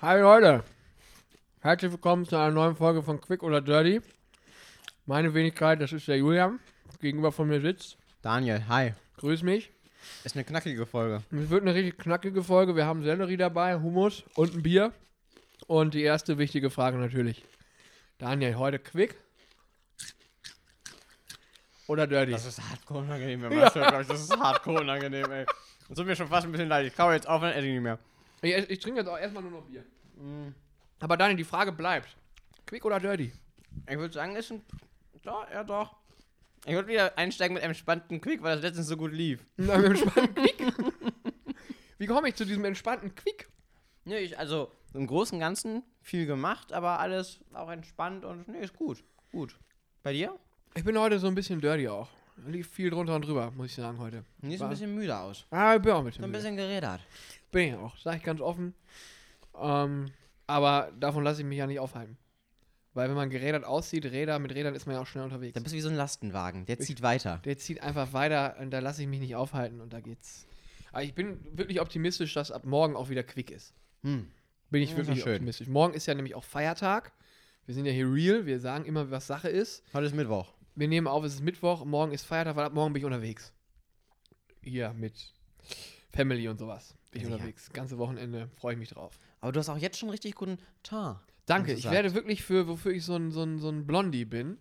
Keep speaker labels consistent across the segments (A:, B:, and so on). A: Hi Leute, herzlich willkommen zu einer neuen Folge von Quick oder Dirty. Meine Wenigkeit, das ist der Julian, gegenüber von mir sitzt.
B: Daniel, hi.
A: Grüß mich.
B: Ist eine knackige Folge.
A: Es wird eine richtig knackige Folge. Wir haben Sellerie dabei, Hummus und ein Bier. Und die erste wichtige Frage natürlich. Daniel, heute Quick oder Dirty?
B: Das ist hardcore unangenehm, wenn man das hört, glaub ich. Das ist hardcore unangenehm, ey. Das tut mir schon fast ein bisschen leid. Ich kau jetzt auf und esse ich nicht mehr.
A: Ich, ich trinke jetzt auch erstmal nur noch Bier.
B: Mm.
A: Aber Daniel, die Frage bleibt. Quick oder Dirty?
B: Ich würde sagen, ist ein. Ja, ja, doch. Ich würde wieder einsteigen mit einem spannenden Quick, weil das letztens so gut lief.
A: Mit einem entspannten Quick. Wie komme ich zu diesem entspannten Quick?
B: Nee, ich, also im Großen und Ganzen viel gemacht, aber alles auch entspannt und. Nee, ist gut. Gut. Bei dir?
A: Ich bin heute so ein bisschen dirty auch. Lief viel drunter und drüber, muss ich sagen, heute.
B: Nee, ist ein
A: War-
B: bisschen müde aus.
A: Ah, ich bin auch ein
B: So
A: bisschen.
B: ein
A: müde.
B: bisschen gerädert.
A: Bin ich auch, sag ich ganz offen. Ähm, aber davon lasse ich mich ja nicht aufhalten. Weil wenn man gerädert aussieht, Räder, mit Rädern ist man ja auch schnell unterwegs.
B: Dann bist du wie so ein Lastenwagen. Der zieht weiter.
A: Der zieht einfach weiter und da lasse ich mich nicht aufhalten und da geht's. Aber ich bin wirklich optimistisch, dass ab morgen auch wieder quick ist.
B: Hm.
A: Bin ich
B: Ja, ist
A: wirklich
B: doch schön.
A: optimistisch. Morgen ist ja nämlich auch Feiertag. Wir sind ja hier real, wir sagen immer, was Sache ist.
B: Heute ist Mittwoch.
A: Wir nehmen auf, es ist Mittwoch, morgen ist Feiertag, weil ab morgen bin ich unterwegs. Hier mit Family und sowas. Bin ich
B: Ja, sicher.
A: unterwegs. Ganze Wochenende freue ich mich drauf.
B: Aber du hast auch jetzt schon richtig guten Teint.
A: Danke,
B: Ganz
A: ich
B: gesagt.
A: werde wirklich für, wofür ich so ein, so ein, so ein Blondie bin,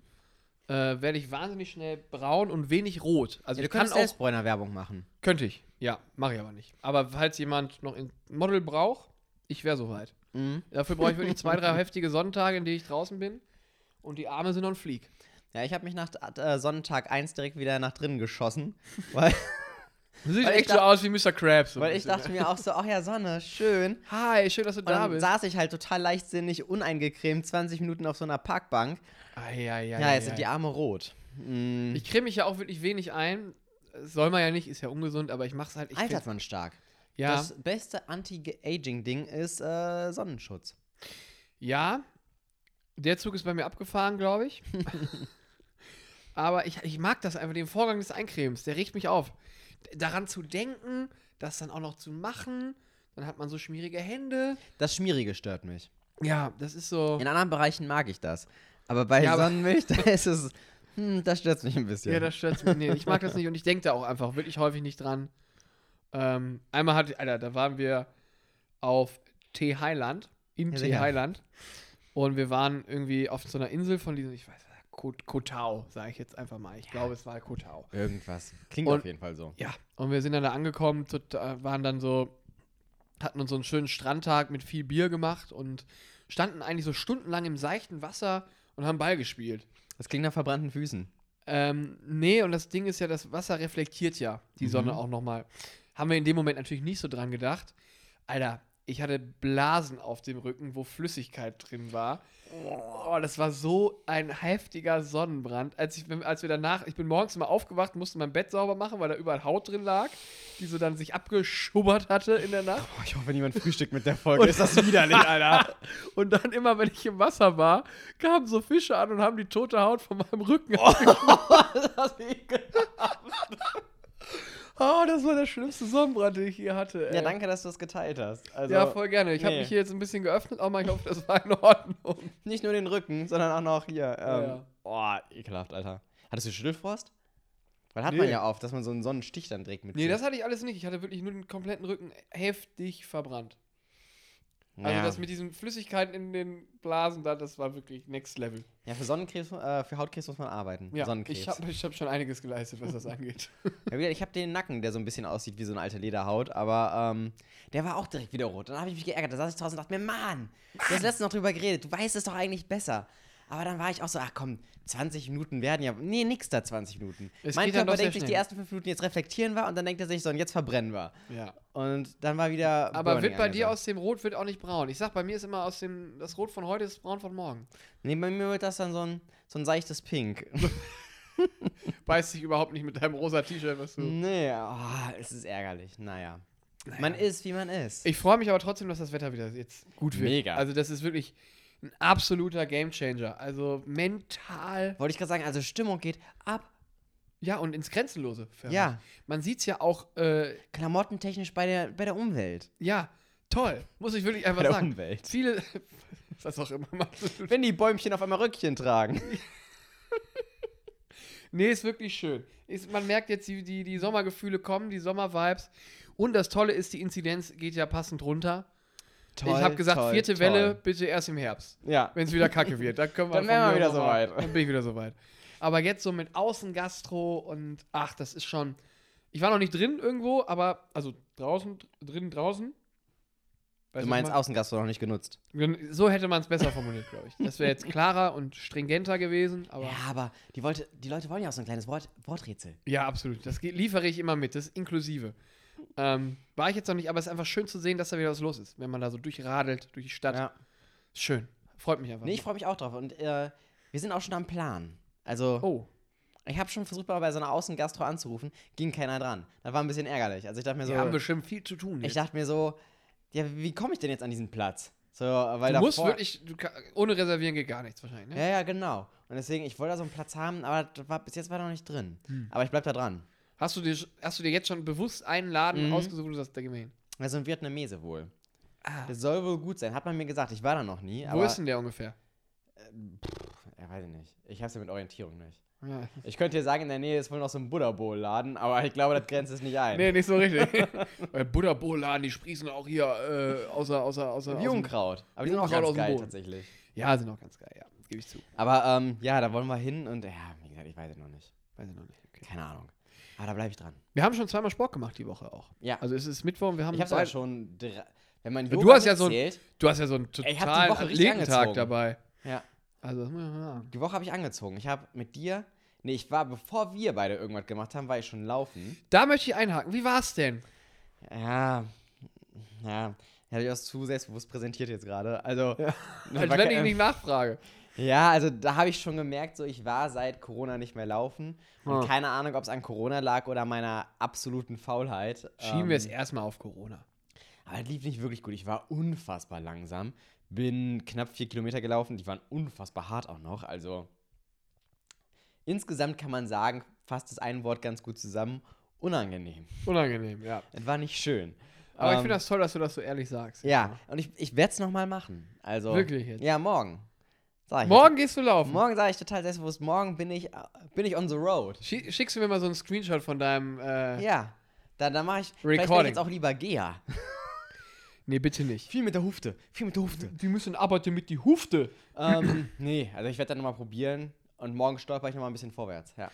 A: äh, werde ich wahnsinnig schnell braun und wenig rot. Also
B: Ja, du
A: ich kann
B: kannst
A: auch,
B: Selbstbräuner-Werbung machen.
A: könnte ich. Ja, mache ich aber nicht. Aber falls jemand noch ein Model braucht, ich wäre soweit.
B: Mhm.
A: Dafür brauche ich wirklich zwei, drei heftige Sonnentage, in denen ich draußen bin und die Arme sind on fleek.
B: Ja, ich habe mich nach äh, Sonntag 1 direkt wieder nach drinnen geschossen, weil,
A: Du siehst
B: Weil ich
A: echt so
B: dach-
A: aus wie Mr. Krabs. so ein
B: weil ich
A: bisschen.
B: dachte mir auch so, ach ja, Sonne, schön.
A: Hi, schön, dass du
B: Und
A: da
B: dann
A: bist.
B: saß ich halt total leichtsinnig, uneingecremt, 20 Minuten auf so einer Parkbank.
A: Eieiei.
B: Ja, jetzt sind die Arme rot. Mhm.
A: Ich creme mich ja auch wirklich wenig ein. Soll man ja nicht, ist ja ungesund, aber ich mach's halt. Ich find-
B: Altert man stark.
A: ja,
B: Das beste Anti-Aging-Ding ist äh, Sonnenschutz.
A: ja. Der Zug ist bei mir abgefahren, glaube ich. aber ich, ich mag das einfach, den Vorgang des Eincremes. Der regt mich auf. D- Daran zu denken, das dann auch noch zu machen. Dann hat man so schmierige Hände.
B: Das Schmierige stört mich.
A: Ja, das ist so.
B: In anderen Bereichen mag ich das. Aber bei
A: Oh. Ja, aber-
B: Sonnenmilch, da ist es. Hm, das stört mich ein bisschen.
A: Ja, das stört mich. Nee, ich mag das nicht und ich denke da auch einfach wirklich häufig nicht dran. Ähm, einmal hatte, Alter, da waren wir auf Tee Highland, in
B: Ja,
A: Tee
B: sicher.
A: Highland. Und wir waren irgendwie auf so einer Insel von diesen, ich weiß, Kot- Kotau, sage ich jetzt einfach mal. Ich glaube, es war Kotau.
B: Irgendwas. Klingt
A: Und-
B: auf jeden Fall so.
A: Ja, und wir sind dann da angekommen, tot, äh, waren dann so, hatten uns so einen schönen Strandtag mit viel Bier gemacht und standen eigentlich so stundenlang im seichten Wasser und haben Ball gespielt.
B: Das klingt nach verbrannten Füßen.
A: Ähm, nee, und das Ding ist ja, das Wasser reflektiert ja die Sonne
B: Mhm.
A: auch nochmal. Haben wir in dem Moment natürlich nicht so dran gedacht. Alter, ich hatte Blasen auf dem Rücken, wo Flüssigkeit drin war. Oh, das war so ein heftiger Sonnenbrand. Als, ich, als wir danach, ich bin morgens mal aufgewacht, musste mein Bett sauber machen, weil da überall Haut drin lag, die so dann sich abgeschubbert hatte in der Nacht.
B: Boah, ich hoffe, niemand frühstückt mit der Folge. ist das widerlich, Alter.
A: Und dann immer, wenn ich im Wasser war, kamen so Fische an und haben die tote Haut von meinem Rücken. abgenommen. Oh, das war der schlimmste Sonnenbrand, den ich je hatte. Ey.
B: ja, danke, dass du das geteilt hast. Also,
A: ja, voll gerne. Ich habe
B: nee.
A: mich hier jetzt ein bisschen geöffnet, aber ich hoffe, das war in Ordnung.
B: Nicht nur den Rücken, sondern auch noch hier. Ähm,
A: Ja.
B: Boah, ekelhaft, Alter. Hattest du Schüttelfrost? Weil hat
A: Nee.
B: man ja oft, dass man so einen Sonnenstich dann direkt mit.
A: Nee, das hatte ich alles nicht. Ich hatte wirklich nur den kompletten Rücken heftig verbrannt.
B: ja.
A: Also das mit diesen Flüssigkeiten in den Blasen da, das war wirklich next level.
B: ja, für Sonnenkrebs, äh, für Hautkrebs muss man arbeiten.
A: Ja,
B: Sonnenkrebs.
A: ich habe ich hab schon einiges geleistet, was das angeht.
B: Ja, wieder, ich habe den Nacken, der so ein bisschen aussieht wie so eine alte Lederhaut, aber ähm, der war auch direkt wieder rot. Dann habe ich mich geärgert. Da saß ich draußen und dachte mir, Mann, du hast letztens noch drüber geredet. Du weißt es doch eigentlich besser. Aber dann war ich auch so, ach komm, 20 Minuten werden ja. Nee, nix da 20 Minuten.
A: Es
B: mein
A: geht dann
B: Körper
A: doch sehr
B: denkt sich, die
A: schnell.
B: ersten 5 Minuten jetzt reflektieren wir und dann denkt er sich so, und jetzt verbrennen wir.
A: ja.
B: Und dann war wieder.
A: Aber
B: Burning
A: wird bei dir
B: angesagt.
A: aus dem Rot wird auch nicht braun. Ich sag, bei mir ist immer aus dem, das Rot von heute ist braun von morgen.
B: Nee, bei mir wird das dann so ein, so ein seichtes Pink.
A: Beißt dich überhaupt nicht mit deinem rosa T-Shirt, was du...
B: nee, oh, es ist ärgerlich. Naja. Man ist, wie man ist.
A: Ich freue mich aber trotzdem, dass das Wetter wieder jetzt gut wird.
B: Mega.
A: Also das ist wirklich ein absoluter Gamechanger. Also mental,
B: Wollte ich gerade sagen, also Stimmung geht ab.
A: ja, und ins Grenzenlose.
B: Ja.
A: Man sieht es ja auch, äh,
B: klamottentechnisch bei der, bei der Umwelt.
A: ja, Toll, muss ich wirklich einfach
B: Bei der
A: sagen.
B: Umwelt.
A: Viele, was auch immer. man-
B: Wenn die Bäumchen auf einmal Röckchen tragen.
A: nee, ist wirklich schön. Ist, man merkt jetzt, die, die, die Sommergefühle kommen, die Sommervibes. Und das Tolle ist, die Inzidenz geht ja passend runter. ich habe gesagt,
B: toll,
A: vierte
B: toll.
A: Welle bitte erst im Herbst,
B: Ja.
A: wenn es wieder kacke wird. Dann, können wir
B: Dann
A: von
B: wären wir
A: mir
B: wieder
A: aus
B: so
A: nochmal-
B: weit.
A: Dann bin ich wieder soweit. Aber jetzt so mit Außengastro und ach, das ist schon. Ich war noch nicht drin irgendwo, aber also draußen, drin, draußen. Weißt
B: Du meinst,
A: was
B: Außengast wurde noch nicht genutzt.
A: ich meine? So hätte man es besser formuliert, glaube ich. Das wäre jetzt klarer und stringenter gewesen, aber.
B: Ja, aber die, wollte, die Leute wollen ja auch so ein kleines Wort, Worträtsel.
A: Ja, absolut. Das ge- liefere ich immer mit, das ist inklusive. Ähm, war ich jetzt noch nicht, aber es ist einfach schön zu sehen, dass da wieder was los ist, wenn man da so durchradelt durch die Stadt.
B: Ja.
A: Schön. Freut mich einfach.
B: Nee, ich freue mich auch drauf. Und äh, wir sind auch schon am Plan. Also,
A: oh,
B: ich habe schon versucht, mal bei so einer Außengastro anzurufen, ging keiner dran. Das war ein bisschen ärgerlich. Also, ich dachte mir so,
A: wir haben bestimmt viel zu tun.
B: ich
A: Jetzt.
B: dachte mir so, ja, wie komme ich denn jetzt an diesen Platz? So, weil
A: du musst
B: davor-
A: wirklich, du, ka- ohne Reservieren geht gar nichts wahrscheinlich. Ne?
B: Ja, ja, genau. Und deswegen, ich wollte da so einen Platz haben, aber das war, bis jetzt war da noch nicht drin.
A: Hm.
B: Aber ich bleib da dran.
A: Hast, du dir, hast du dir jetzt schon bewusst einen Laden
B: Mhm.
A: ausgesucht, wo du sagst, da gehen wir hin?
B: Das ist ein Vietnamese wohl.
A: Ah.
B: Das soll wohl gut sein. Hat man mir gesagt. Ich war da noch nie.
A: wo
B: aber,
A: ist denn der ungefähr?
B: Ja, weiß ich nicht. Ich hab's ja mit Orientierung nicht.
A: Ja.
B: Ich könnte dir sagen, in der Nähe ist wohl noch so ein Buddha Bowl Laden, aber ich glaube, das grenzt es nicht ein.
A: Nee, nicht so richtig. Weil buddha laden die sprießen auch hier äh, außer, außer, außer.
B: Wie
A: außer
B: Unkraut. Aber die sind auch
A: Unkraut aus
B: ganz
A: dem
B: geil
A: Boden.
B: tatsächlich.
A: ja, sind auch ganz geil, ja. Gebe ich zu.
B: Aber ähm, ja, da wollen wir hin und ja, wie gesagt, ich weiß es noch nicht.
A: Weiß ich noch nicht. Okay.
B: Keine Ahnung. Aber da bleibe ich dran.
A: Wir haben schon zweimal Sport gemacht die Woche auch.
B: Ja.
A: Also es ist Mittwoch und wir haben
B: Ich habe
A: beide-
B: aber schon drei, wenn man
A: Du
B: Yoga
A: hast ja so ein-
B: mitzählt-
A: Du hast ja so einen
B: Ey, ich hab die
A: totalen
B: Woche richtig
A: Athletentag
B: angezogen.
A: dabei.
B: ja.
A: Also, das muss man sagen.
B: Die Woche habe ich angezogen. Ich habe mit dir. Nee, ich war, bevor wir beide irgendwas gemacht haben, war ich schon laufen.
A: da möchte ich einhaken. Wie war's denn?
B: Ja. Ja. Hätte ich auch zu selbstbewusst präsentiert jetzt gerade. Also. Ja.
A: Als wenn
B: Ähm.
A: ich nicht nachfrage.
B: ja, also da habe ich schon gemerkt, so ich war seit Corona nicht mehr laufen. Und
A: Ja.
B: keine Ahnung, ob es an Corona lag oder meiner absoluten Faulheit.
A: Schieben
B: Ähm,
A: wir es erstmal auf Corona.
B: Aber das lief nicht wirklich gut. Ich war unfassbar langsam. Bin knapp vier Kilometer gelaufen. Die waren unfassbar hart auch noch. Also insgesamt kann man sagen, fasst das ein Wort ganz gut zusammen. Unangenehm.
A: Unangenehm, ja.
B: Es war nicht schön.
A: Aber ich
B: Ähm,
A: finde das toll, dass du das so ehrlich sagst.
B: Ja, und ich, ich werde es nochmal machen. Also,
A: Wirklich jetzt?
B: Ja, morgen. Sag ich
A: Morgen gehst du laufen.
B: Morgen sage ich total selbstbewusst, morgen bin ich, äh, bin ich on the road.
A: Schi- Schickst du mir mal so einen Screenshot von deinem. Äh,
B: Ja. Da, da mache ich, vielleicht mach ich
A: Recording.
B: jetzt auch lieber Gea.
A: Nee, bitte nicht.
B: Viel mit der Hufte, viel mit der Hufte.
A: Die müssen arbeiten mit die Hufte.
B: ähm, nee, also ich werde dann nochmal probieren und morgen stolper ich nochmal ein bisschen vorwärts. Ja.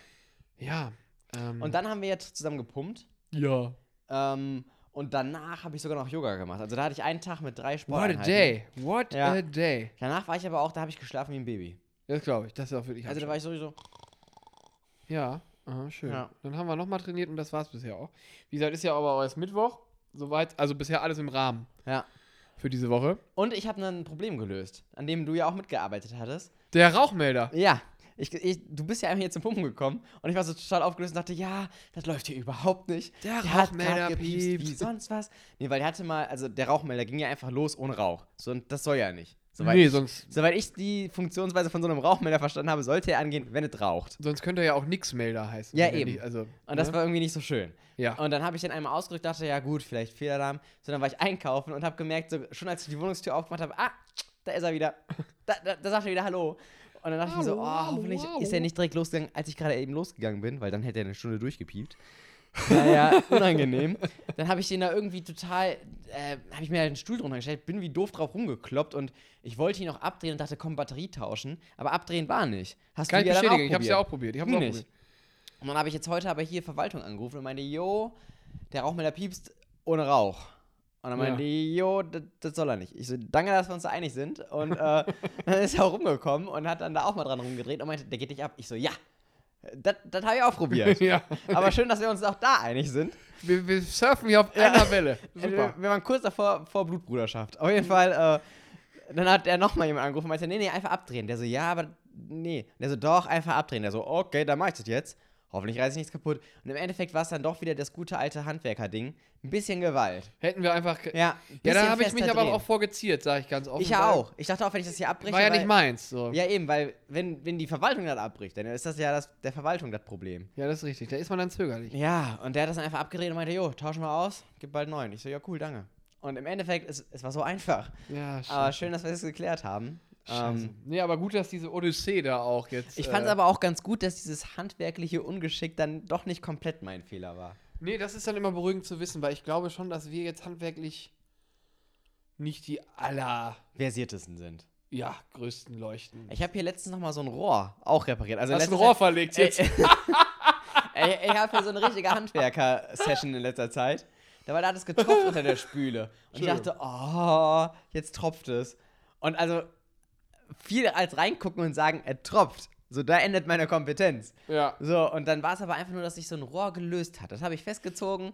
A: Ja. Ähm,
B: Und dann haben wir jetzt zusammen gepumpt
A: ja.
B: ähm, und danach habe ich sogar noch Yoga gemacht. Also da hatte ich einen Tag mit
A: What
B: drei
A: a
B: Sporteinheiten.
A: day. What
B: halt Ja.
A: a day.
B: Danach war ich aber auch, da habe ich geschlafen wie ein Baby.
A: Das glaube ich. Das ist auch wirklich.
B: Also da war ich sowieso,
A: Ja, aha, schön.
B: Ja.
A: Dann haben wir nochmal trainiert und das war's bisher auch. Wie gesagt, ist ja aber auch erst Mittwoch. Soweit, also bisher alles im Rahmen
B: ja.
A: für diese Woche.
B: Und ich habe ein Problem gelöst, an dem du ja auch mitgearbeitet hattest.
A: Der Rauchmelder.
B: Ja, ich, ich, du bist ja einfach hier zum Pumpen gekommen und ich war so total aufgelöst und dachte, ja, das läuft hier überhaupt nicht.
A: Der
B: hat grad
A: Rauchmelder
B: gepiepst wie
A: piept.
B: sonst was. Nee, weil der hatte mal, also der Rauchmelder ging ja einfach los ohne Rauch. So, und das soll ja nicht. Soweit,
A: nee,
B: ich,
A: sonst,
B: soweit ich die Funktionsweise von so einem Rauchmelder verstanden habe, sollte er angehen, wenn es raucht.
A: sonst könnte er ja auch Nix-Melder heißen.
B: Ja,
A: wenn er
B: eben.
A: nicht- Also,
B: Und das
A: ne?
B: war irgendwie nicht so schön.
A: Ja.
B: Und dann habe ich den einmal ausgerückt, dachte, ja gut, vielleicht Fehlalarm. So, dann war ich einkaufen und habe gemerkt, so, schon als ich die Wohnungstür aufgemacht habe, ah, da ist er wieder. Da, da, da sagt er wieder Hallo. Und dann dachte ich mir so,
A: Hallo,
B: oh,
A: hallo,
B: hoffentlich
A: hallo.
B: ist er nicht direkt losgegangen, als ich gerade eben losgegangen bin, weil dann hätte er eine Stunde durchgepiept. Naja, unangenehm. Dann habe ich den da irgendwie total, äh, habe ich mir halt einen Stuhl drunter gestellt, bin wie doof drauf rumgekloppt und ich wollte ihn auch abdrehen und dachte, komm, Batterie tauschen. Aber abdrehen war nicht. Hast
A: Kann
B: du
A: ich
B: ja dann
A: bestätigen. Ich habe es ja
B: probiert.
A: auch probiert. Ich habe auch
B: Ging nicht.
A: probiert.
B: Und dann habe ich jetzt heute aber hier Verwaltung angerufen und meinte, jo, der Rauchmelder piepst ohne Rauch. Und dann
A: Ja.
B: meinte die, jo, das, das soll er nicht. Ich so, danke, dass wir uns da einig sind. Und äh, dann ist er auch rumgekommen und hat dann da auch mal dran rumgedreht und meinte, der geht nicht ab. Ich so, ja, das das habe ich auch probiert.
A: ja.
B: aber schön, dass wir uns auch da einig sind.
A: Wir, wir surfen hier auf einer Welle.
B: Super.
A: Super.
B: Also Wir waren kurz davor vor Blutbruderschaft. Auf jeden Fall, äh, dann hat er nochmal jemand angerufen und meinte, nee, nee, einfach abdrehen. Der so, ja, aber nee. Der so, doch, einfach abdrehen. Der so, okay, dann mach ich das jetzt. Hoffentlich reiß ich nichts kaputt. Und im Endeffekt war es dann doch wieder das gute alte Handwerker-Ding. Ein bisschen Gewalt.
A: Hätten wir einfach. Ja,
B: Ja, ein bisschen
A: da habe ich mich
B: fester
A: aber
B: drehen.
A: auch vorgeziert, sage ich ganz offen.
B: Ich ja
A: weil-
B: auch. Ich dachte auch, wenn ich das hier abbreche.
A: War ja
B: weil-
A: nicht meins. So.
B: Ja, eben, weil wenn, wenn die Verwaltung das abbricht, dann ist das ja das, der Verwaltung das Problem.
A: ja, das ist richtig. Da ist man dann zögerlich.
B: Ja, und der hat das dann einfach abgedreht und meinte, jo, tauschen wir aus, gib bald neun. Ich so, ja, cool, danke. Und Und im Endeffekt, es, es war so einfach.
A: Ja,
B: Aber schön, dass wir das geklärt haben. Ähm,
A: Scheiße. nee, aber gut, dass diese Odyssee da auch jetzt. äh,
B: Ich fand es aber auch ganz gut, dass dieses handwerkliche Ungeschick dann doch nicht komplett mein Fehler war.
A: Nee, das ist dann immer beruhigend zu wissen, weil ich glaube schon, dass wir jetzt handwerklich nicht die aller
B: Versiertesten sind.
A: ja, größten leuchten.
B: Ich habe hier letztens noch mal so ein Rohr auch repariert. Also
A: Hast du
B: letztens-
A: ein Rohr verlegt jetzt?
B: Ey, ey, ich habe hier so eine richtige Handwerker-Session in letzter Zeit. Da war da das getropft unter der Spüle. Und ich dachte, oh, jetzt tropft es. Und also viel als reingucken und sagen, er tropft. So, da endet meine Kompetenz.
A: Ja.
B: So, und dann war es aber einfach nur, dass sich so ein Rohr gelöst hat. Das habe ich festgezogen.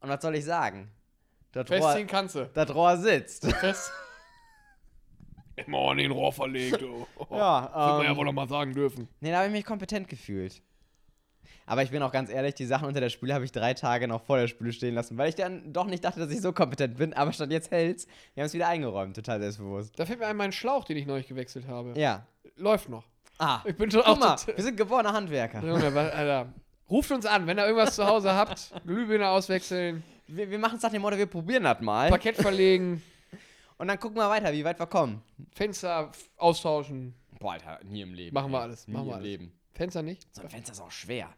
B: Und was soll ich sagen? Das Rohr,
A: Festziehen kannst du.
B: das Rohr sitzt.
A: Fest. Immer an den Rohr verlegt, oh. du.
B: Ja, ähm,
A: wohl noch mal sagen dürfen.
B: Nee, da habe ich mich kompetent gefühlt. Aber ich bin auch ganz ehrlich, die Sachen unter der Spüle habe ich drei Tage noch vor der Spüle stehen lassen, weil ich dann doch nicht dachte, dass ich so kompetent bin, aber statt jetzt hält's. Wir haben es wieder eingeräumt, total selbstbewusst.
A: Da fällt mir ein mein Schlauch, den ich neulich gewechselt habe.
B: Ja.
A: Läuft noch.
B: Ah,
A: Ich bin schon
B: guck mal,
A: auch total-
B: wir sind geborene Handwerker.
A: Junge, wa- Alter. Ruft uns an, wenn ihr irgendwas zu Hause habt. Glühbirne auswechseln,
B: Wir, wir machen es nach dem Motto, wir probieren das mal.
A: Parkett verlegen,
B: Und dann gucken wir weiter, wie weit wir kommen.
A: Fenster f- austauschen.
B: Boah, Alter, nie im Leben.
A: Machen wir
B: ey.
A: alles,
B: Nie
A: machen wir
B: im
A: alles.
B: Leben.
A: Fenster nicht?
B: So ein Fenster ist auch schwer.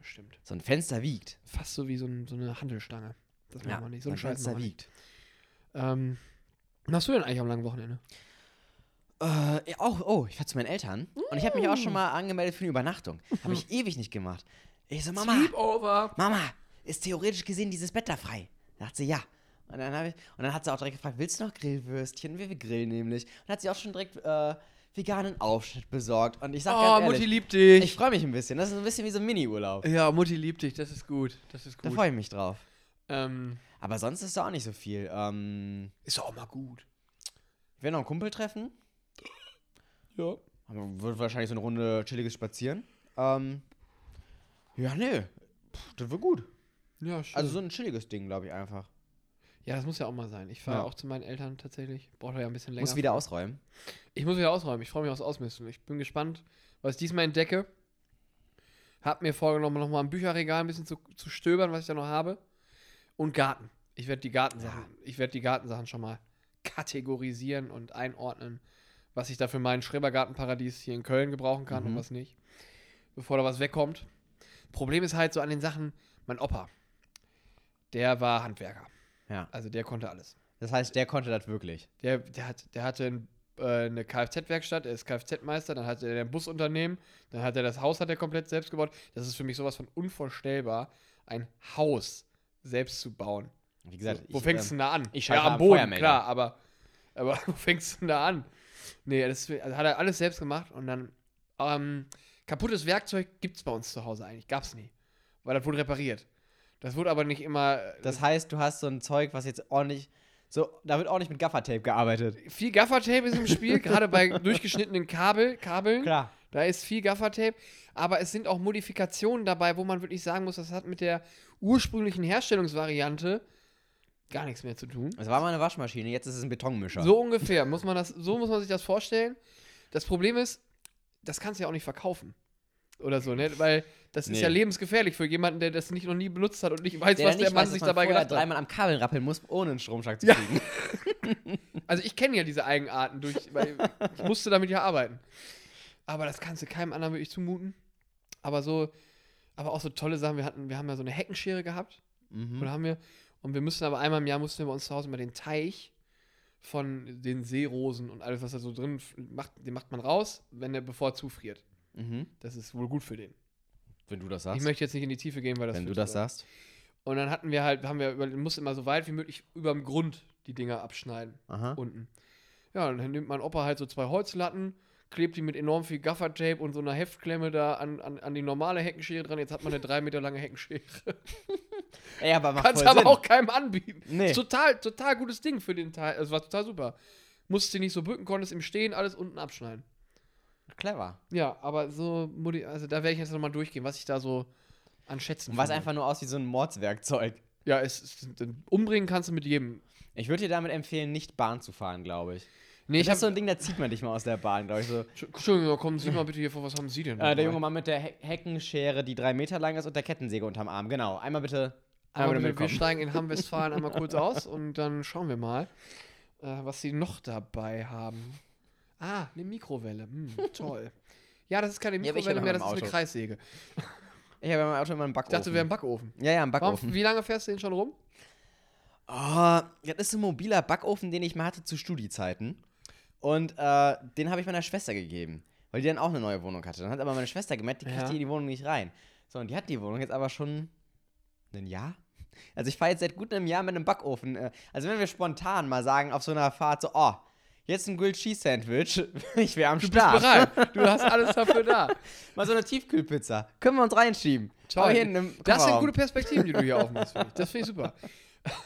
A: Stimmt.
B: So ein Fenster wiegt.
A: Fast so wie so, ein, so eine Handelstange. Das machen wir nicht. So ein Scheiß
B: Fenster
A: machen wir nicht.
B: wiegt.
A: Ähm, was hast du denn eigentlich am langen Wochenende?
B: Äh, ja, auch, oh, ich war zu meinen Eltern und ich habe mich auch
A: Mm.
B: schon mal angemeldet für eine Übernachtung. Habe ich ewig nicht gemacht. Ich so, Mama,
A: Sleepover.
B: Mama, ist theoretisch gesehen dieses Bett da frei? Da hat sie ja. Und dann, hab ich, und dann hat sie auch direkt gefragt, willst du noch Grillwürstchen? Wir, wir grillen nämlich. Und hat sie auch schon direkt äh, veganen Aufschnitt besorgt. Und ich sag
A: Oh,
B: ganz
A: Mutti
B: ehrlich,
A: liebt dich.
B: ich freue mich ein bisschen. Das ist ein bisschen wie so ein Mini-Urlaub.
A: ja, Mutti liebt dich. Das ist gut. Das ist
B: Da
A: gut.
B: freue ich mich drauf.
A: Ähm,
B: Aber sonst ist da auch nicht so viel. Ähm,
A: ist doch auch mal gut.
B: ich werde noch einen Kumpel treffen.
A: Ja.
B: Aber Wird wahrscheinlich so eine Runde chilliges Spazieren. Ähm, ja, nee. Pff, das wird gut.
A: Ja, schön.
B: Also so ein chilliges Ding, glaube ich, einfach.
A: ja, das muss ja auch mal sein. Ich fahre
B: Ja.
A: auch zu meinen Eltern tatsächlich. Braucht ja ein bisschen länger.
B: Muss wieder ausräumen.
A: Ich muss wieder ausräumen. Ich freue mich aufs Ausmisten. Ich bin gespannt, was ich diesmal entdecke. Hab mir vorgenommen, nochmal im Bücherregal ein bisschen zu, zu stöbern, was ich da noch habe. Und Garten. Ich werde die Gartensachen, ich werde die Gartensachen schon mal kategorisieren und einordnen, was ich da für mein Schrebergartenparadies hier in Köln gebrauchen kann und
B: Mhm.
A: was nicht. Bevor da was wegkommt. Problem ist halt so an den Sachen, mein Opa, der war Handwerker.
B: Ja.
A: Also der konnte alles.
B: Das heißt, der konnte das wirklich.
A: Der, der, hat, der hatte ein, äh, eine Kfz-Werkstatt, er ist Kfz-Meister, dann hatte er ein Busunternehmen, dann hat er das Haus hat er komplett selbst gebaut. Das ist für mich sowas von unvorstellbar, ein Haus selbst zu bauen.
B: Wie gesagt,
A: wo fängst du denn
B: ähm,
A: da an?
B: ich schalte am Feuermelder.
A: klar, aber, aber wo fängst du denn da an? Nee, das also hat er alles selbst gemacht und dann ähm, kaputtes Werkzeug gibt es bei uns zu Hause eigentlich, gab es nie, weil das wurde repariert. Das wurde aber nicht immer,
B: Das heißt, du hast so ein Zeug, was jetzt ordentlich. So, da wird ordentlich mit Gaffertape gearbeitet.
A: viel Gaffertape ist im Spiel, gerade bei durchgeschnittenen Kabel, Kabeln.
B: Klar.
A: Da ist viel Gaffertape, aber es sind auch Modifikationen dabei, wo man wirklich sagen muss, das hat mit der ursprünglichen Herstellungsvariante gar nichts mehr zu tun.
B: Es war mal eine Waschmaschine, jetzt ist es ein Betonmischer.
A: So ungefähr muss man das, so muss man sich das vorstellen. Das Problem ist, das kannst du ja auch nicht verkaufen oder so, ne? Weil das ist
B: Nee.
A: ja lebensgefährlich für jemanden, der das nicht noch nie benutzt hat und nicht weiß,
B: der
A: was
B: dann nicht
A: der Mann
B: weiß,
A: sich
B: dass man
A: dabei
B: vorher
A: gedacht hat.
B: dreimal am Kabel rappeln muss, ohne einen Stromschlag zu
A: Ja.
B: kriegen.
A: Also ich kenne ja diese Eigenarten durch, weil ich musste damit ja arbeiten. Aber das kannst du keinem anderen wirklich zumuten. Aber so, aber auch so tolle Sachen. Wir hatten, wir haben ja so eine Heckenschere gehabt.
B: Mhm.
A: Oder haben wir, und wir müssen aber einmal im Jahr mussten wir bei uns zu Hause mal den Teich von den Seerosen und alles, was da so drin f- macht, den macht man raus, wenn der bevor er zufriert.
B: Mhm.
A: Das ist wohl gut für den.
B: Wenn du das sagst.
A: Ich möchte jetzt nicht in die Tiefe gehen, weil das.
B: Wenn du
A: führt
B: das
A: zu weit.
B: sagst.
A: Und dann hatten wir halt, haben wir, über- mussten immer so weit wie möglich über dem Grund die Dinger abschneiden
B: Aha.
A: unten. Ja, und dann nimmt mein Opa halt so zwei Holzlatten, klebt die mit enorm viel Gaffertape und so einer Heftklemme da an, an, an die normale Heckenschere dran. Jetzt hat man eine drei Meter lange Heckenschere.
B: Ey, aber macht
A: Kannst
B: voll
A: aber
B: Sinn.
A: auch keinem anbieten.
B: Nee.
A: Ist Total, total gutes Ding für den Teil. Es war total super. Musstest dich nicht so bücken, konntest im Stehen alles unten abschneiden.
B: Clever.
A: Ja, aber so, Mutti, also da werde ich jetzt nochmal durchgehen, was ich da so an Schätzen
B: Und was
A: finde.
B: einfach nur aus wie so ein Mordswerkzeug.
A: Ja, es, es, umbringen kannst du mit jedem.
B: Ich würde dir damit empfehlen, nicht Bahn zu fahren, glaube ich.
A: Nee, ich
B: das
A: habe
B: ist so ein Ding, da zieht man dich mal aus der Bahn, glaube ich. So.
A: Entschuldigung, kommen Sie mal bitte hier vor, was haben Sie denn?
B: Äh,
A: dabei?
B: der junge Mann mit der He Heckenschere, die drei Meter lang ist und der Kettensäge unterm Arm. Genau. Einmal bitte
A: Einmal
B: damit
A: wir, wir
B: kommen.
A: steigen in Hamm-Westfalen einmal kurz aus und dann schauen wir mal, äh, was sie noch dabei haben. Ah, eine Mikrowelle. Hm, toll. Ja, das ist keine
B: Ja, aber ich
A: Mikrowelle
B: hab
A: mehr,
B: noch
A: das
B: im
A: ist eine
B: Auto.
A: Kreissäge.
B: Ich habe in meinem Auto immer einen
A: Ich
B: Backofen.
A: dachte, wir haben einen Backofen.
B: ja, ja, einen Backofen.
A: Warum, wie lange fährst du den schon rum?
B: Oh, das ist ein mobiler Backofen, den ich mal hatte zu Studiezeiten. Und äh, den habe ich meiner Schwester gegeben, weil die dann auch eine neue Wohnung hatte. Dann hat aber meine Schwester gemerkt, die kriegt
A: Ja.
B: die in die Wohnung nicht rein. So, und die hat die Wohnung jetzt aber schon ein Jahr. Also ich fahre jetzt seit gut einem Jahr mit einem Backofen. äh, Also wenn wir spontan mal sagen auf so einer Fahrt so, oh, jetzt ein Grilled Cheese Sandwich, ich wäre am
A: Du
B: Start.
A: bist bereit. Du hast alles dafür da.
B: Mal so eine Tiefkühlpizza, können wir uns reinschieben.
A: Toll.
B: Aber hier in einem
A: Das sind
B: Kofferraum.
A: gute Perspektiven, die du hier aufmachst. finde ich. Das finde ich super.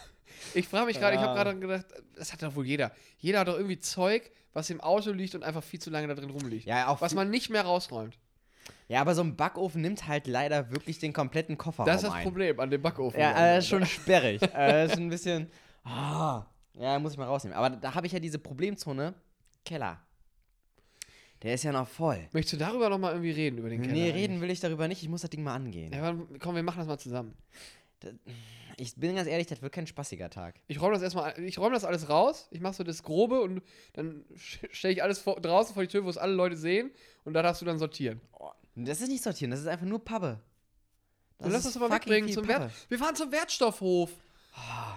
A: Ich frage mich gerade, ich habe
B: Ja.
A: gerade gedacht, das hat doch wohl jeder. Jeder hat doch irgendwie Zeug, was im Auto liegt und einfach viel zu lange da drin rumliegt.
B: Ja, auch
A: Was man nicht mehr rausräumt.
B: ja, aber so ein Backofen nimmt halt leider wirklich den kompletten Kofferraum
A: Das ist das
B: ein.
A: Problem an dem Backofen.
B: Oh Ja, äh, ist schon sperrig. äh, ist ein bisschen. Ah, ja, muss ich mal rausnehmen. Aber da habe ich ja diese Problemzone. Keller. Der ist ja noch voll.
A: Möchtest du darüber nochmal irgendwie reden, über den Keller?
B: nee,
A: eigentlich?
B: reden will ich darüber nicht. Ich muss das Ding mal angehen.
A: Ja, wann- komm, wir machen das mal zusammen.
B: Ich bin ganz ehrlich, das wird kein spaßiger Tag.
A: Ich räume das erstmal, ich räume das alles raus, ich mache so das Grobe und dann stelle ich alles vor, draußen vor die Tür, wo es alle Leute sehen und da darfst du dann sortieren.
B: Das ist nicht sortieren, das ist einfach nur Pappe.
A: und lass das
B: ist
A: doch mal
B: fucking
A: wegbringen
B: viel
A: zum
B: Pappe.
A: Wert. Wir fahren zum Wertstoffhof.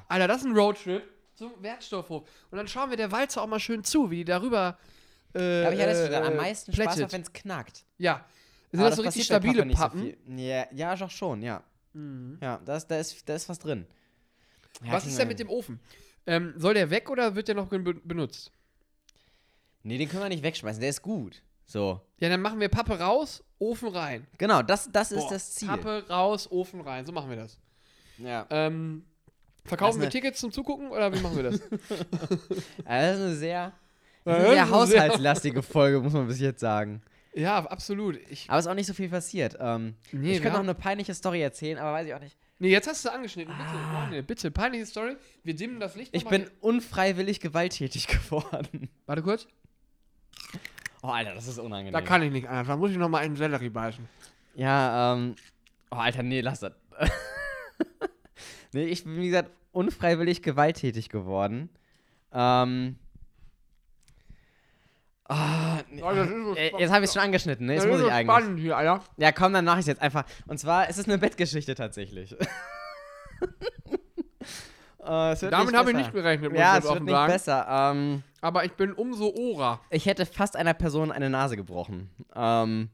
A: Alter, das ist ein Roadtrip zum Wertstoffhof. Und dann schauen wir der Walzer auch mal schön zu, wie die darüber. Äh,
B: Da habe ich ja das
A: äh,
B: am meisten Spaß,
A: plättet.
B: macht, wenn es knackt.
A: Ja. Sind
B: Aber
A: das so richtig
B: passiert bei
A: stabile
B: Pappe nicht so
A: Pappen? Mhm.
B: viel. ja, ja, doch schon, ja. Ja, da ist, da, ist, da ist was drin. Ja,
A: Was ist
B: kriegen wir
A: denn
B: hin.
A: mit dem Ofen? Ähm, soll der weg oder wird der noch gen- benutzt?
B: Nee, den können wir nicht wegschmeißen, der ist gut. So.
A: Ja, dann machen wir Pappe raus, Ofen rein.
B: Genau, das, das ist
A: Boah,
B: das Ziel.
A: Pappe raus, Ofen rein. So machen wir das.
B: Ja.
A: Ähm,
B: Das
A: verkaufen
B: ist
A: wir
B: eine-
A: Tickets zum Zugucken oder wie machen wir das?
B: Also das ist eine sehr,
A: Ja,
B: das
A: das
B: ist eine
A: ist
B: sehr
A: eine
B: haushaltslastige Folge, muss man bis jetzt sagen.
A: ja, absolut. Ich,
B: Aber es ist auch nicht so viel passiert. Ähm,
A: Nee,
B: ich könnte
A: wir
B: noch eine peinliche Story erzählen, aber weiß ich auch nicht.
A: nee, jetzt hast du sie angeschnitten. Bitte, Freunde, bitte, peinliche Story. Wir dimmen das Licht.
B: Ah. Ich
A: noch mal
B: bin unfreiwillig gewalttätig geworden.
A: Warte kurz.
B: Oh, Alter, das ist unangenehm.
A: Da kann ich nicht anders. Da muss ich nochmal einen Sellerie beißen.
B: ja, ähm. Oh, Alter, nee, lass das. nee, ich bin, wie gesagt, unfreiwillig gewalttätig geworden. Ähm. Ah, nee,
A: Oh, das ist so
B: äh,
A: spannend.
B: jetzt habe ich es schon angeschnitten, ne? Jetzt
A: Das
B: muss
A: ist
B: ich
A: so
B: eigentlich.
A: spannend hier, Alter.
B: Ja, komm, dann mache ich jetzt einfach. Und zwar ist es eine Bettgeschichte tatsächlich. Äh, es wird
A: Damit
B: nicht
A: habe ich
B: besser.
A: nicht gerechnet, muss
B: Ja,
A: ich jetzt
B: es wird
A: offen
B: nicht
A: sagen.
B: besser. Ähm,
A: Aber ich bin umso Ora.
B: ich hätte fast einer Person eine Nase gebrochen. Ähm,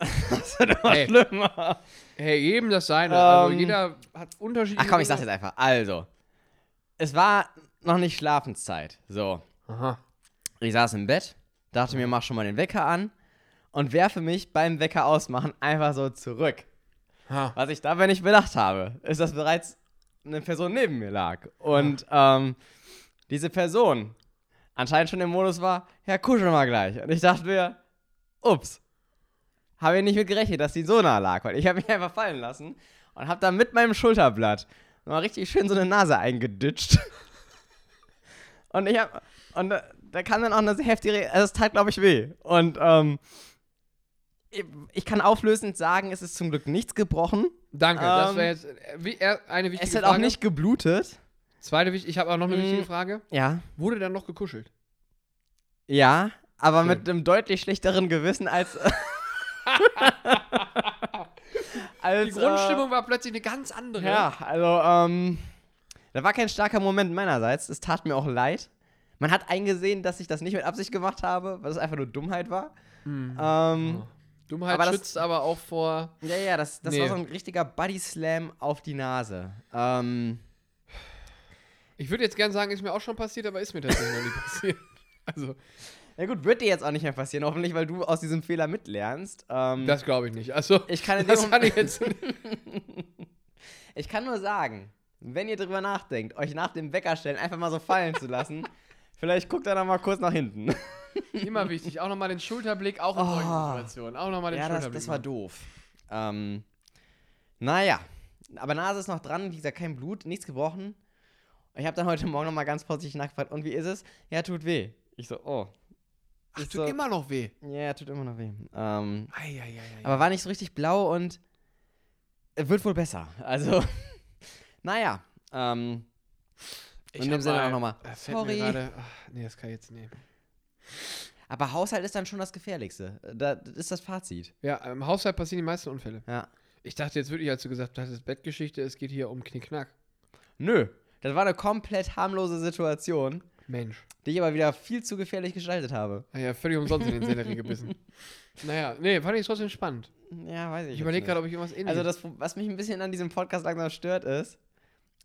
B: das wird immer
A: Hey.
B: schlimmer.
A: Hey, jedem das seine. also
B: Ähm,
A: jeder hat unterschiedliche.
B: Ach komm, ich sag's jetzt einfach. Also, es war noch nicht Schlafenszeit. So,
A: Aha.
B: ich saß im Bett, dachte mir, mach schon mal den Wecker an und werfe mich beim Wecker ausmachen einfach so zurück.
A: Ha.
B: Was ich dabei nicht bedacht habe, ist, dass bereits eine Person neben mir lag. Und ähm, diese Person anscheinend schon im Modus war, ja, kuscheln wir mal gleich. Und ich dachte mir, ups, habe ich nicht mit gerechnet, dass die so nah lag. Weil ich habe mich einfach fallen lassen und habe dann mit meinem Schulterblatt mal richtig schön so eine Nase eingeditscht. Und ich habe, und da, da kam dann auch eine sehr heftige, Re- also es tat, glaube ich, weh. Und ähm, ich, ich kann auflösend sagen, es ist zum Glück nichts gebrochen.
A: Danke, das
B: Ähm,
A: wäre jetzt äh, wie, äh, eine wichtige
B: Es hat
A: Frage.
B: auch nicht geblutet.
A: Zweite wichtig, ich habe auch noch eine
B: Mm.
A: wichtige Frage.
B: Ja.
A: Wurde dann noch gekuschelt?
B: Ja, aber
A: Schön.
B: mit einem deutlich schlechteren Gewissen als.
A: Die
B: als
A: Grundstimmung war plötzlich eine ganz andere.
B: Äh, ja, also, ähm. Da war kein starker Moment meinerseits. Es tat mir auch leid. Man hat eingesehen, dass ich das nicht mit Absicht gemacht habe, weil es einfach nur Dummheit war.
A: Hm.
B: Ähm,
A: Mhm. Dummheit
B: Aber das-
A: schützt aber auch vor.
B: ja, ja, das, das
A: Nee.
B: war so ein richtiger Body-Slam auf die Nase. Ähm,
A: Ich würde jetzt gerne sagen, ist mir auch schon passiert, aber ist mir tatsächlich noch nie passiert. Also,
B: ja gut, wird dir jetzt auch nicht mehr passieren, hoffentlich, weil du aus diesem Fehler mitlernst. Ähm,
A: das glaube ich nicht. Also,
B: ich kann in dem
A: das
B: Moment-
A: kann ich jetzt
B: Ich kann nur sagen, wenn ihr drüber nachdenkt, euch nach dem Wecker stellen einfach mal so fallen zu lassen, vielleicht guckt ihr noch mal kurz nach hinten.
A: immer wichtig. Auch nochmal den Schulterblick, auch in
B: Oh.
A: solchen Situationen. Auch nochmal den
B: ja, das,
A: Schulterblick.
B: das war
A: machen.
B: doof. Ähm, naja, aber Nase ist noch dran, wie gesagt, kein Blut, nichts gebrochen. Ich habe dann heute Morgen noch mal ganz vorsichtig nachgefragt, und wie ist es? Ja, tut weh. Ich so, oh.
A: Ach,
B: ist
A: tut
B: so-
A: immer noch weh.
B: Ja, tut immer noch weh. Ähm,
A: Eieieiei.
B: aber war nicht so richtig blau und äh, wird wohl besser. Also, Naja, ähm, in dem
A: hab
B: Sinne
A: mal-
B: auch nochmal.
A: äh, fällt mir
B: Sorry.
A: Gerade, ach, nee, das kann ich jetzt nehmen.
B: Aber Haushalt ist dann schon das Gefährlichste. Da, das ist das Fazit.
A: Ja, im Haushalt passieren die meisten Unfälle.
B: Ja.
A: Ich dachte jetzt wirklich, als du gesagt hast, es ist Bettgeschichte, es geht hier um Knickknack.
B: Nö. Das war eine komplett harmlose Situation,
A: Mensch.
B: die ich aber wieder viel zu gefährlich gestaltet habe.
A: Hat ja völlig umsonst in den Sellerie gebissen. Naja, nee, fand ich trotzdem spannend.
B: Ja, weiß ich
A: Ich überlege gerade, ob ich irgendwas ähnliches.
B: Also, das, was mich ein bisschen an diesem Podcast langsam stört, ist,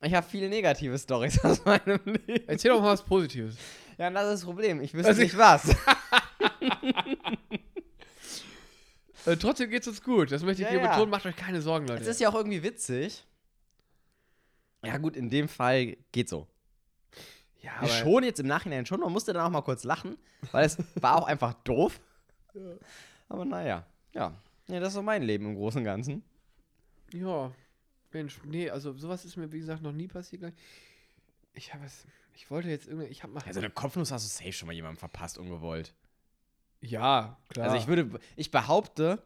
B: ich habe viele negative Stories aus meinem Leben.
A: Erzähl doch mal was Positives.
B: Ja, und das ist das Problem. Ich wüsste
A: Also ich-
B: nicht was.
A: Äh, trotzdem geht's uns gut. Das möchte ich
B: Ja,
A: hier
B: ja.
A: betonen. Macht euch keine Sorgen, Leute.
B: Es ist ja auch irgendwie witzig. Ja, gut, in dem Fall geht so.
A: ja,
B: Ja, schon jetzt im Nachhinein schon. Man musste dann auch mal kurz lachen, weil es war auch einfach doof. Aber naja, ja. Ja, das ist so mein Leben im Großen und Ganzen.
A: Ja, Mensch, nee, also sowas ist mir, wie gesagt, noch nie passiert. glaub ich. Ich habe es, ich wollte jetzt irgendwie, ich habe mal.
B: Also eine Kopfnuss hast du safe schon mal jemandem verpasst, ungewollt.
A: ja, klar.
B: Also ich würde, ich behaupte,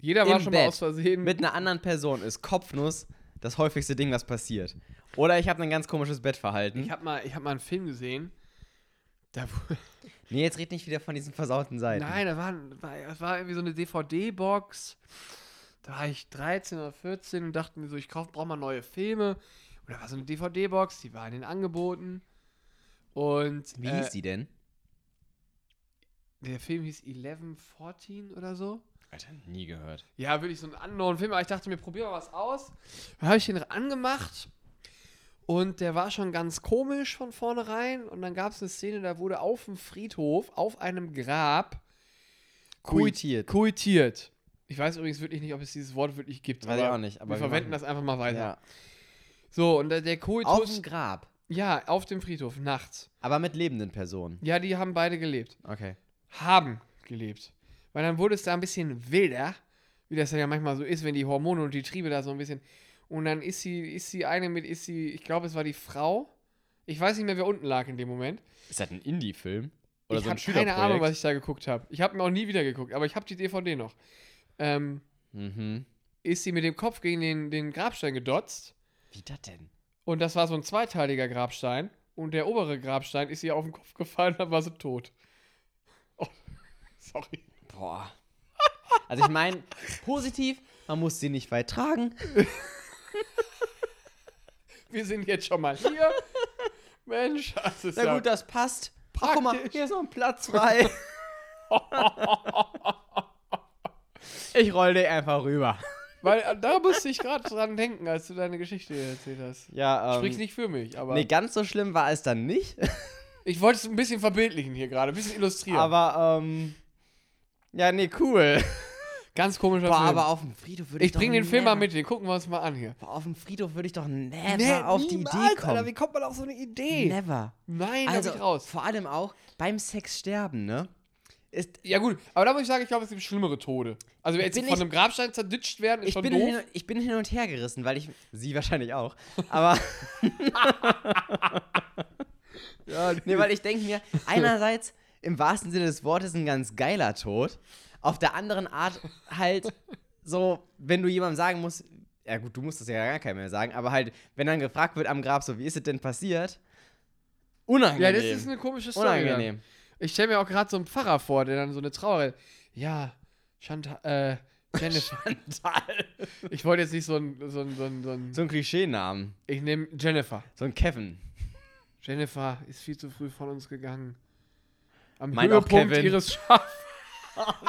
A: Jeder war
B: im
A: schon mal
B: Bett
A: aus Versehen.
B: mit einer anderen Person ist Kopfnuss das häufigste Ding, was passiert. Oder ich habe ein ganz komisches Bettverhalten.
A: ich habe mal, ich hab mal einen Film gesehen. Da, wo-
B: nee, jetzt red nicht wieder von diesen versauten Seiten.
A: nein, da war, war, das war irgendwie so eine DVD-Box. Da war ich 13 oder 14 und dachte mir so, ich kauf, brauche mal neue Filme. Und da war so eine DVD-Box, die war in den Angeboten. Und
B: Wie
A: äh,
B: hieß die denn?
A: der Film hieß 1114 oder so.
B: Alter, nie gehört.
A: ja, wirklich so einen anderen Film, aber ich dachte mir, probier mal was aus. Dann habe ich den angemacht und der war schon ganz komisch von vornherein. Und dann gab es eine Szene, da wurde auf dem Friedhof, auf einem Grab,
B: Kuitiert.
A: Kuitiert. Ich weiß übrigens wirklich nicht, ob es dieses Wort wirklich gibt.
B: Weiß ich auch nicht, aber
A: wir,
B: wir
A: verwenden
B: machen-
A: das einfach mal weiter.
B: Ja.
A: So, und der, der
B: Auf
A: Koitus.
B: dem Grab.
A: ja, auf dem Friedhof, nachts.
B: Aber mit lebenden Personen.
A: Ja, die haben beide gelebt.
B: Okay.
A: haben gelebt. Weil dann wurde es da ein bisschen wilder, wie das dann ja manchmal so ist, wenn die Hormone und die Triebe da so ein bisschen. Und dann ist sie, ist sie eine mit, ist sie, ich glaube, es war die Frau. Ich weiß nicht mehr, wer unten lag in dem Moment.
B: Ist das ein Indie-Film?
A: ich habe keine Ahnung, was ich da geguckt habe. Ich habe mir auch nie wieder geguckt, aber ich habe die DVD noch. Ähm,
B: Mhm.
A: ist sie mit dem Kopf gegen den, den Grabstein gedotzt.
B: Wie das denn?
A: Und das war so ein zweiteiliger Grabstein. Und der obere Grabstein ist ihr auf den Kopf gefallen und dann war sie tot. Oh, sorry.
B: Boah. Also ich meine, positiv, man muss sie nicht weit tragen.
A: Wir sind jetzt schon mal hier. Mensch, das ist
B: Na
A: ja
B: gut, das passt. Ach, guck mal,
A: praktisch.
B: hier ist noch ein Platz frei. ich roll dich einfach rüber.
A: Weil äh, da musste ich gerade dran denken, als du deine Geschichte hier erzählt hast.
B: Ja, ähm,
A: Sprichst nicht für mich, aber
B: nee, ganz so schlimm war es dann nicht.
A: ich wollte es ein bisschen verbildlichen hier gerade, ein bisschen illustrieren.
B: Aber, ähm, ja, nee, cool.
A: ganz komischer
B: Boah,
A: Film.
B: aber auf dem Friedhof würde ich
A: ich bring
B: doch
A: den Film mal
B: never-
A: mit, den gucken wir uns mal an hier.
B: Boah, auf dem Friedhof würde ich doch never auf die Idee kommen.
A: wie kommt man auf so eine Idee?
B: never.
A: Nein, also,
B: Also,
A: da bin ich raus.
B: vor allem auch beim Sex sterben, ne? Ist,
A: Ja gut, aber da muss ich sagen, ich glaube, es gibt schlimmere Tode. Also jetzt
B: Bin
A: von
B: ich-
A: einem Grabstein zerditscht werden, ist
B: ich,
A: schon
B: bin
A: doof.
B: hin, ich bin hin und her gerissen, weil ich. Sie wahrscheinlich auch. Aber. nee, weil ich denke mir, einerseits im wahrsten Sinne des Wortes ein ganz geiler Tod. Auf der anderen Art halt so, wenn du jemandem sagen musst, ja gut, du musst das ja gar keinem mehr sagen, aber halt, wenn dann gefragt wird am Grab, so, wie ist es denn passiert? Unangenehm.
A: ja, das ist eine komische Story. dann.
B: Unangenehm.
A: Ich stelle mir auch gerade so einen Pfarrer vor, der dann so eine Trauer. Ja, Chantal. Äh, Jennifer. ich wollte jetzt nicht so ein. So ein, so ein, so ein
B: So ein Klischeenamen.
A: ich nehme Jennifer.
B: So ein Kevin.
A: Jennifer ist viel zu früh von uns gegangen. Am
B: Meint auch
A: Höhepunkt
B: Kevin.
A: ihres Schaffens.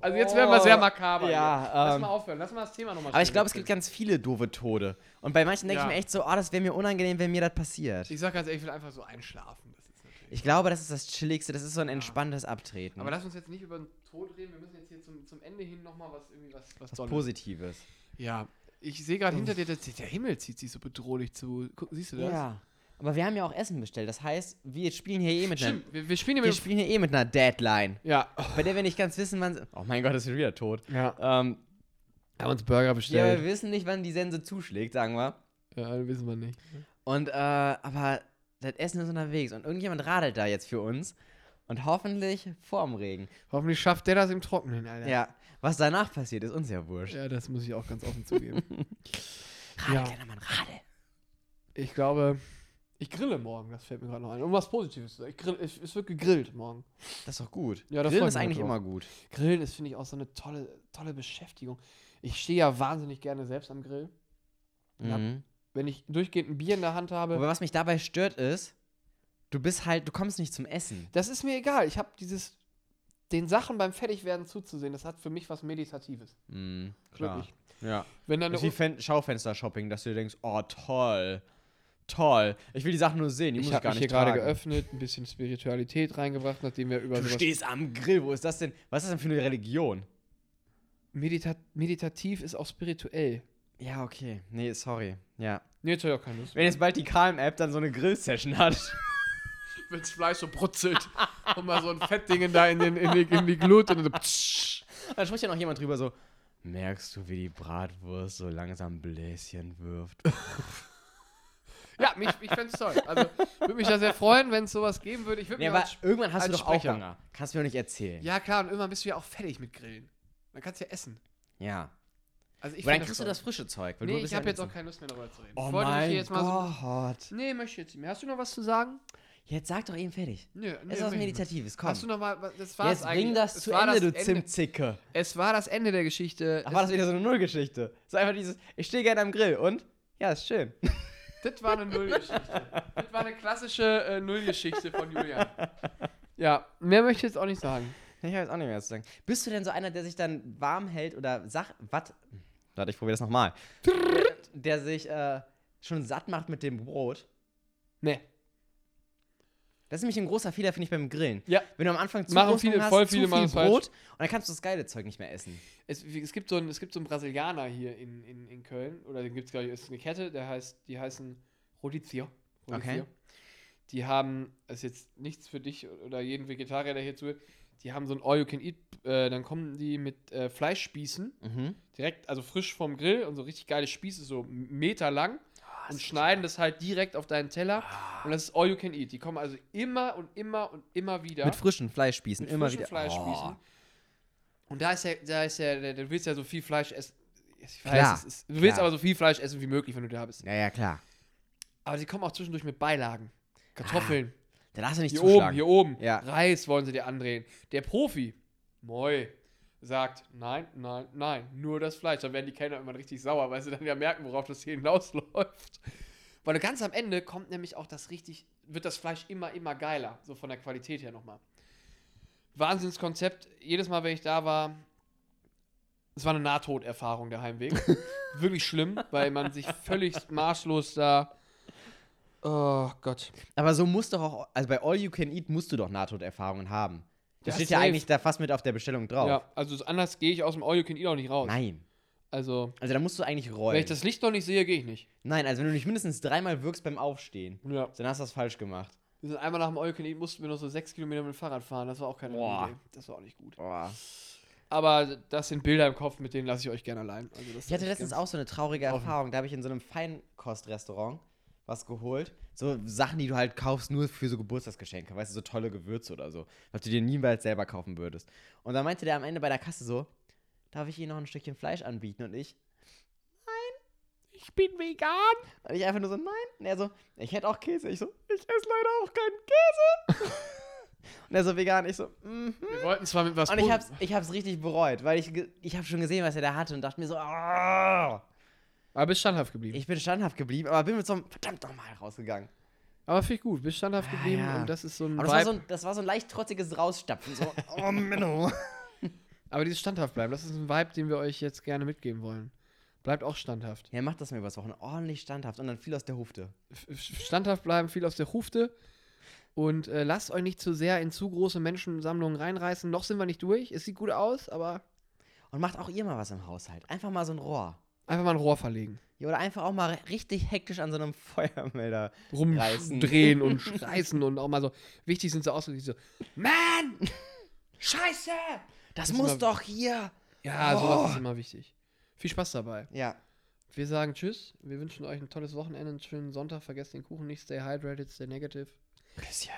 A: also jetzt werden wir sehr makaber.
B: Oh, Ja,
A: hier. Lass
B: ähm,
A: mal aufhören. Lass mal das Thema nochmal
B: Aber ich glaube, es gibt ganz viele doofe Tode. Und bei manchen denke
A: Ja.
B: ich mir echt so, oh, das wäre mir unangenehm, wenn mir das passiert.
A: Ich sag ganz ehrlich, ich will einfach so einschlafen. Das ist natürlich.
B: Ich glaube, das ist das Chilligste, das ist so ein entspanntes Abtreten.
A: Aber lass uns jetzt nicht über den Tod reden. Wir müssen jetzt hier zum, zum Ende hin nochmal was irgendwie was, was,
B: was Hm.
A: Tolles.
B: Positives.
A: Ja, ich sehe gerade hinter dir, der, der Himmel zieht sich so bedrohlich zu. Guck, siehst du das?
B: Ja. Aber wir haben ja auch Essen bestellt. Das heißt, wir spielen hier eh mit einer.
A: Stimmt, wir, wir spielen hier
B: Wir
A: mit.
B: spielen hier eh mit einer Deadline.
A: Ja.
B: Bei der wir nicht ganz wissen, wann. Oh mein Gott, das ist schon wieder tot.
A: ja.
B: Ähm,
A: Haben uns Burger
B: ja, wir
A: bestellt.
B: wissen nicht, wann die Sense zuschlägt, sagen wir.
A: Ja, wissen wir nicht.
B: Und, äh, aber das Essen ist unterwegs und irgendjemand radelt da jetzt für uns. Und hoffentlich vorm Regen.
A: Hoffentlich schafft der das im Trockenen, Alter.
B: Ja. Was danach passiert, ist uns ja wurscht.
A: Ja, das muss ich auch ganz offen zugeben.
B: Rade,
A: Ja.
B: kleiner Mann, Rade.
A: Ich glaube, ich grille morgen, das fällt mir gerade noch ein. Um was Positives. zu sagen. Ich grill, ich, es wird gegrillt morgen.
B: Das ist doch gut.
A: Ja, da
B: Grillen
A: freut
B: ist
A: mich
B: eigentlich
A: drauf.
B: immer gut.
A: Grillen ist, finde ich, auch so eine tolle, tolle Beschäftigung. Ich stehe ja wahnsinnig gerne selbst am Grill. Ja.
B: Mhm.
A: Wenn ich durchgehend ein Bier in der Hand habe,
B: Aber was mich dabei stört ist, du bist halt, du kommst nicht zum Essen.
A: das ist mir egal. Ich habe dieses, den Sachen beim Fertigwerden zuzusehen, das hat für mich was Meditatives.
B: Mhm,
A: Wirklich.
B: Ja.
A: Wenn dann
B: Das
A: eine
B: ist wie Fen Schaufenster-Shopping, dass du dir denkst, oh toll, toll. Ich will die Sachen nur sehen, die
A: ich
B: muss ich
A: habe
B: gar
A: mich
B: nicht
A: hier gerade
B: tragen.
A: geöffnet, ein bisschen Spiritualität reingebracht, nachdem wir über
B: Du
A: sowas
B: stehst am Grill, wo ist das denn? Was ist das denn für eine Religion?
A: Medita meditativ ist auch spirituell.
B: Ja, okay. Nee, sorry. Ja.
A: Nee, jetzt hab ich auch keine Lust.
B: Wenn jetzt bald die Calm-App dann so eine Grill-Session hat.
A: Wenn's Fleisch so brutzelt und mal so ein Fettdingen da in, den, in, die, in die Glut und so psch.
B: Dann spricht ja noch jemand drüber so, merkst du, wie die Bratwurst so langsam Bläschen wirft?
A: Ja, mich, ich fänd's toll. Also, würde mich da sehr freuen, wenn es sowas geben würde. Ich würde
B: Nee,
A: mir
B: aber
A: als Sp-
B: irgendwann hast du
A: als
B: doch auch
A: Sprecher.
B: Hunger. Kannst du mir doch nicht erzählen.
A: Ja, klar, und irgendwann bist du ja auch fertig mit Grillen. Dann kannst du ja essen.
B: Ja.
A: Also, ich
B: Aber dann
A: fänd
B: kriegst du
A: toll.
B: das frische Zeug. Weil
A: Nee,
B: du bist
A: ich habe
B: ja
A: jetzt auch
B: letztens-
A: keine Lust mehr darüber zu reden.
B: Oh
A: Ich wollte mich
B: mein
A: hier jetzt mal so.
B: Gott.
A: Nee, möchte ich jetzt nicht mehr. Hast du noch was zu sagen?
B: Jetzt sag doch eben fertig.
A: Nö, nee,
B: Es ist was
A: möchte ich nicht.
B: Meditatives, komm.
A: Hast du noch mal, was- das war's
B: jetzt
A: eigentlich.
B: bring das
A: Es
B: zu
A: war
B: Ende, du
A: das
B: Zimtzicke.
A: Es war das Ende der Geschichte.
B: Ach, war das wieder so eine Nullgeschichte? So einfach dieses, ich stehe gerne am Grill und, ja, ist schön.
A: Das war eine Nullgeschichte. das war eine klassische äh, Nullgeschichte von Julian. Ja, mehr möchte ich jetzt auch nicht sagen.
B: Ich habe jetzt auch nicht mehr was zu sagen. Bist du denn so einer, der sich dann warm hält oder sag, was? Warte, ich probiere das nochmal. Der sich äh, schon satt macht mit dem Brot.
A: Nee.
B: Das ist nämlich ein großer Fehler, finde ich, beim Grillen.
A: Ja.
B: Wenn du am Anfang zu
A: Machen
B: großen
A: viele-
B: Hunger hast,
A: voll
B: zu
A: viele
B: viel
A: machen
B: Brot
A: es falsch.
B: und dann kannst du das geile Zeug nicht mehr essen.
A: Es, wie- es, gibt so einen, es gibt so einen Brasilianer hier in, in, in Köln, oder den gibt es, glaube ich, ist eine Kette, der heißt, die heißen Rodizio. Rodizio.
B: Okay.
A: Die haben, das ist jetzt nichts für dich oder jeden Vegetarier, der hier zuhört, die haben so ein All-You-Can-Eat, äh, dann kommen die mit äh, Fleischspießen,
B: Mhm.
A: direkt, also frisch vom Grill und so richtig geile Spieße, so Meter lang
B: Ah,
A: und schneiden das halt direkt auf deinen Teller und das ist all you can eat. Die kommen also immer und immer und immer wieder
B: Mit frischen Fleischspießen,
A: mit
B: immer
A: frischen
B: wieder.
A: Fleischspießen.
B: Oh.
A: Und da ist ja, da ist ja, da- du willst ja so viel Fleisch essen. Ich weiß,
B: Klar,
A: es ist, du willst
B: klar.
A: aber so viel Fleisch essen wie möglich, wenn du da bist.
B: Ja, ja, klar.
A: Aber sie kommen auch zwischendurch mit Beilagen. Kartoffeln.
B: Da darfst du nicht
A: Hier oben,
B: zuschlagen.
A: hier oben.
B: Ja.
A: Reis wollen sie dir andrehen. Der Profi, moi, sagt, nein, nein, nein, nur das Fleisch. Dann werden die Kellner immer richtig sauer, weil sie dann ja merken, worauf das hier hinausläuft. Weil ganz am Ende kommt nämlich auch das richtig, wird das Fleisch immer, immer geiler, so von der Qualität her nochmal. Wahnsinnskonzept. Jedes Mal, wenn ich da war, es war eine Nahtoderfahrung, der Heimweg. Wirklich schlimm, weil man sich völlig marschlos da. Oh Gott.
B: Aber so muss doch auch, also bei All You Can Eat musst du doch Nahtoderfahrungen haben.
A: Ja,
B: Das steht ja
A: safe.
B: eigentlich da fast mit auf der Bestellung drauf.
A: Ja, also so anders gehe ich aus dem All You Can Eat auch nicht raus.
B: Nein.
A: Also,
B: Also da musst du eigentlich
A: wenn
B: rollen.
A: ich das Licht noch nicht sehe, gehe ich nicht.
B: Nein, also wenn du nicht mindestens dreimal wirkst beim Aufstehen,
A: Ja.
B: dann hast du das falsch gemacht.
A: Wir sind einmal nach dem All You Can Eat, mussten wir noch so sechs Kilometer mit dem Fahrrad fahren. Das war auch keine
B: Boah.
A: gute Idee. Das war auch nicht gut.
B: Boah.
A: Aber das sind Bilder im Kopf, mit denen lasse ich euch gerne allein. Also das
B: Ich hatte
A: ist
B: letztens
A: ganz-
B: auch so eine traurige Erfahrung. Da habe ich in so einem Feinkostrestaurant was geholt. So Sachen, die du halt kaufst, nur für so Geburtstagsgeschenke. Weißt du, so tolle Gewürze oder so. Was du dir niemals selber kaufen würdest. Und dann meinte der am Ende bei der Kasse so: Darf ich Ihnen noch ein Stückchen Fleisch anbieten? Und ich:
A: Ich bin vegan.
B: Und ich einfach nur so, nein. Und er so, ich hätte auch Käse. Ich so, ich esse leider auch keinen Käse. und er so, vegan. Ich so, mhm.
A: Wir wollten zwar mit was.
B: Und ich
A: Pos-
B: hab's, ich hab's richtig bereut, weil ich, ge- ich hab schon gesehen, was er da hatte und dachte mir so, "Ah."
A: aber bist standhaft geblieben.
B: ich bin standhaft geblieben, aber bin mit so einem verdammt nochmal rausgegangen.
A: aber finde ich gut. Bist standhaft geblieben.
B: Ah, ja.
A: Und das ist so ein,
B: Aber
A: Vibe.
B: das war so, ein, das war so ein leicht trotziges Rausstapfen. So, oh, Menno.
A: aber dieses standhaft bleiben, das ist ein Vibe, den wir euch jetzt gerne mitgeben wollen. Bleibt auch standhaft.
B: Ja, macht das mal übers Wochenende. Ordentlich standhaft und dann viel aus der Hufte.
A: F- standhaft bleiben, viel aus der Hufte. Und äh, lasst euch nicht zu sehr in zu große Menschensammlungen reinreißen. Noch sind wir nicht durch. Es sieht gut aus, aber
B: Und macht auch ihr mal was im Haushalt. Einfach mal so ein Rohr.
A: einfach mal ein Rohr verlegen.
B: Ja, Oder einfach auch mal richtig hektisch an so einem Feuermelder Reißen.
A: Rumdrehen und sch- reißen und auch mal so. Wichtig sind so Ausdrücke, die so, Mann! Scheiße!
B: Das
A: Müssen
B: muss
A: wir-
B: doch hier.
A: Ja, sowas
B: Oh.
A: ist immer wichtig. Viel Spaß dabei.
B: Ja.
A: Wir sagen Tschüss. Wir wünschen euch ein tolles Wochenende, einen schönen Sonntag. Vergesst den Kuchen nicht. Stay hydrated, stay negative.
B: Bisschen.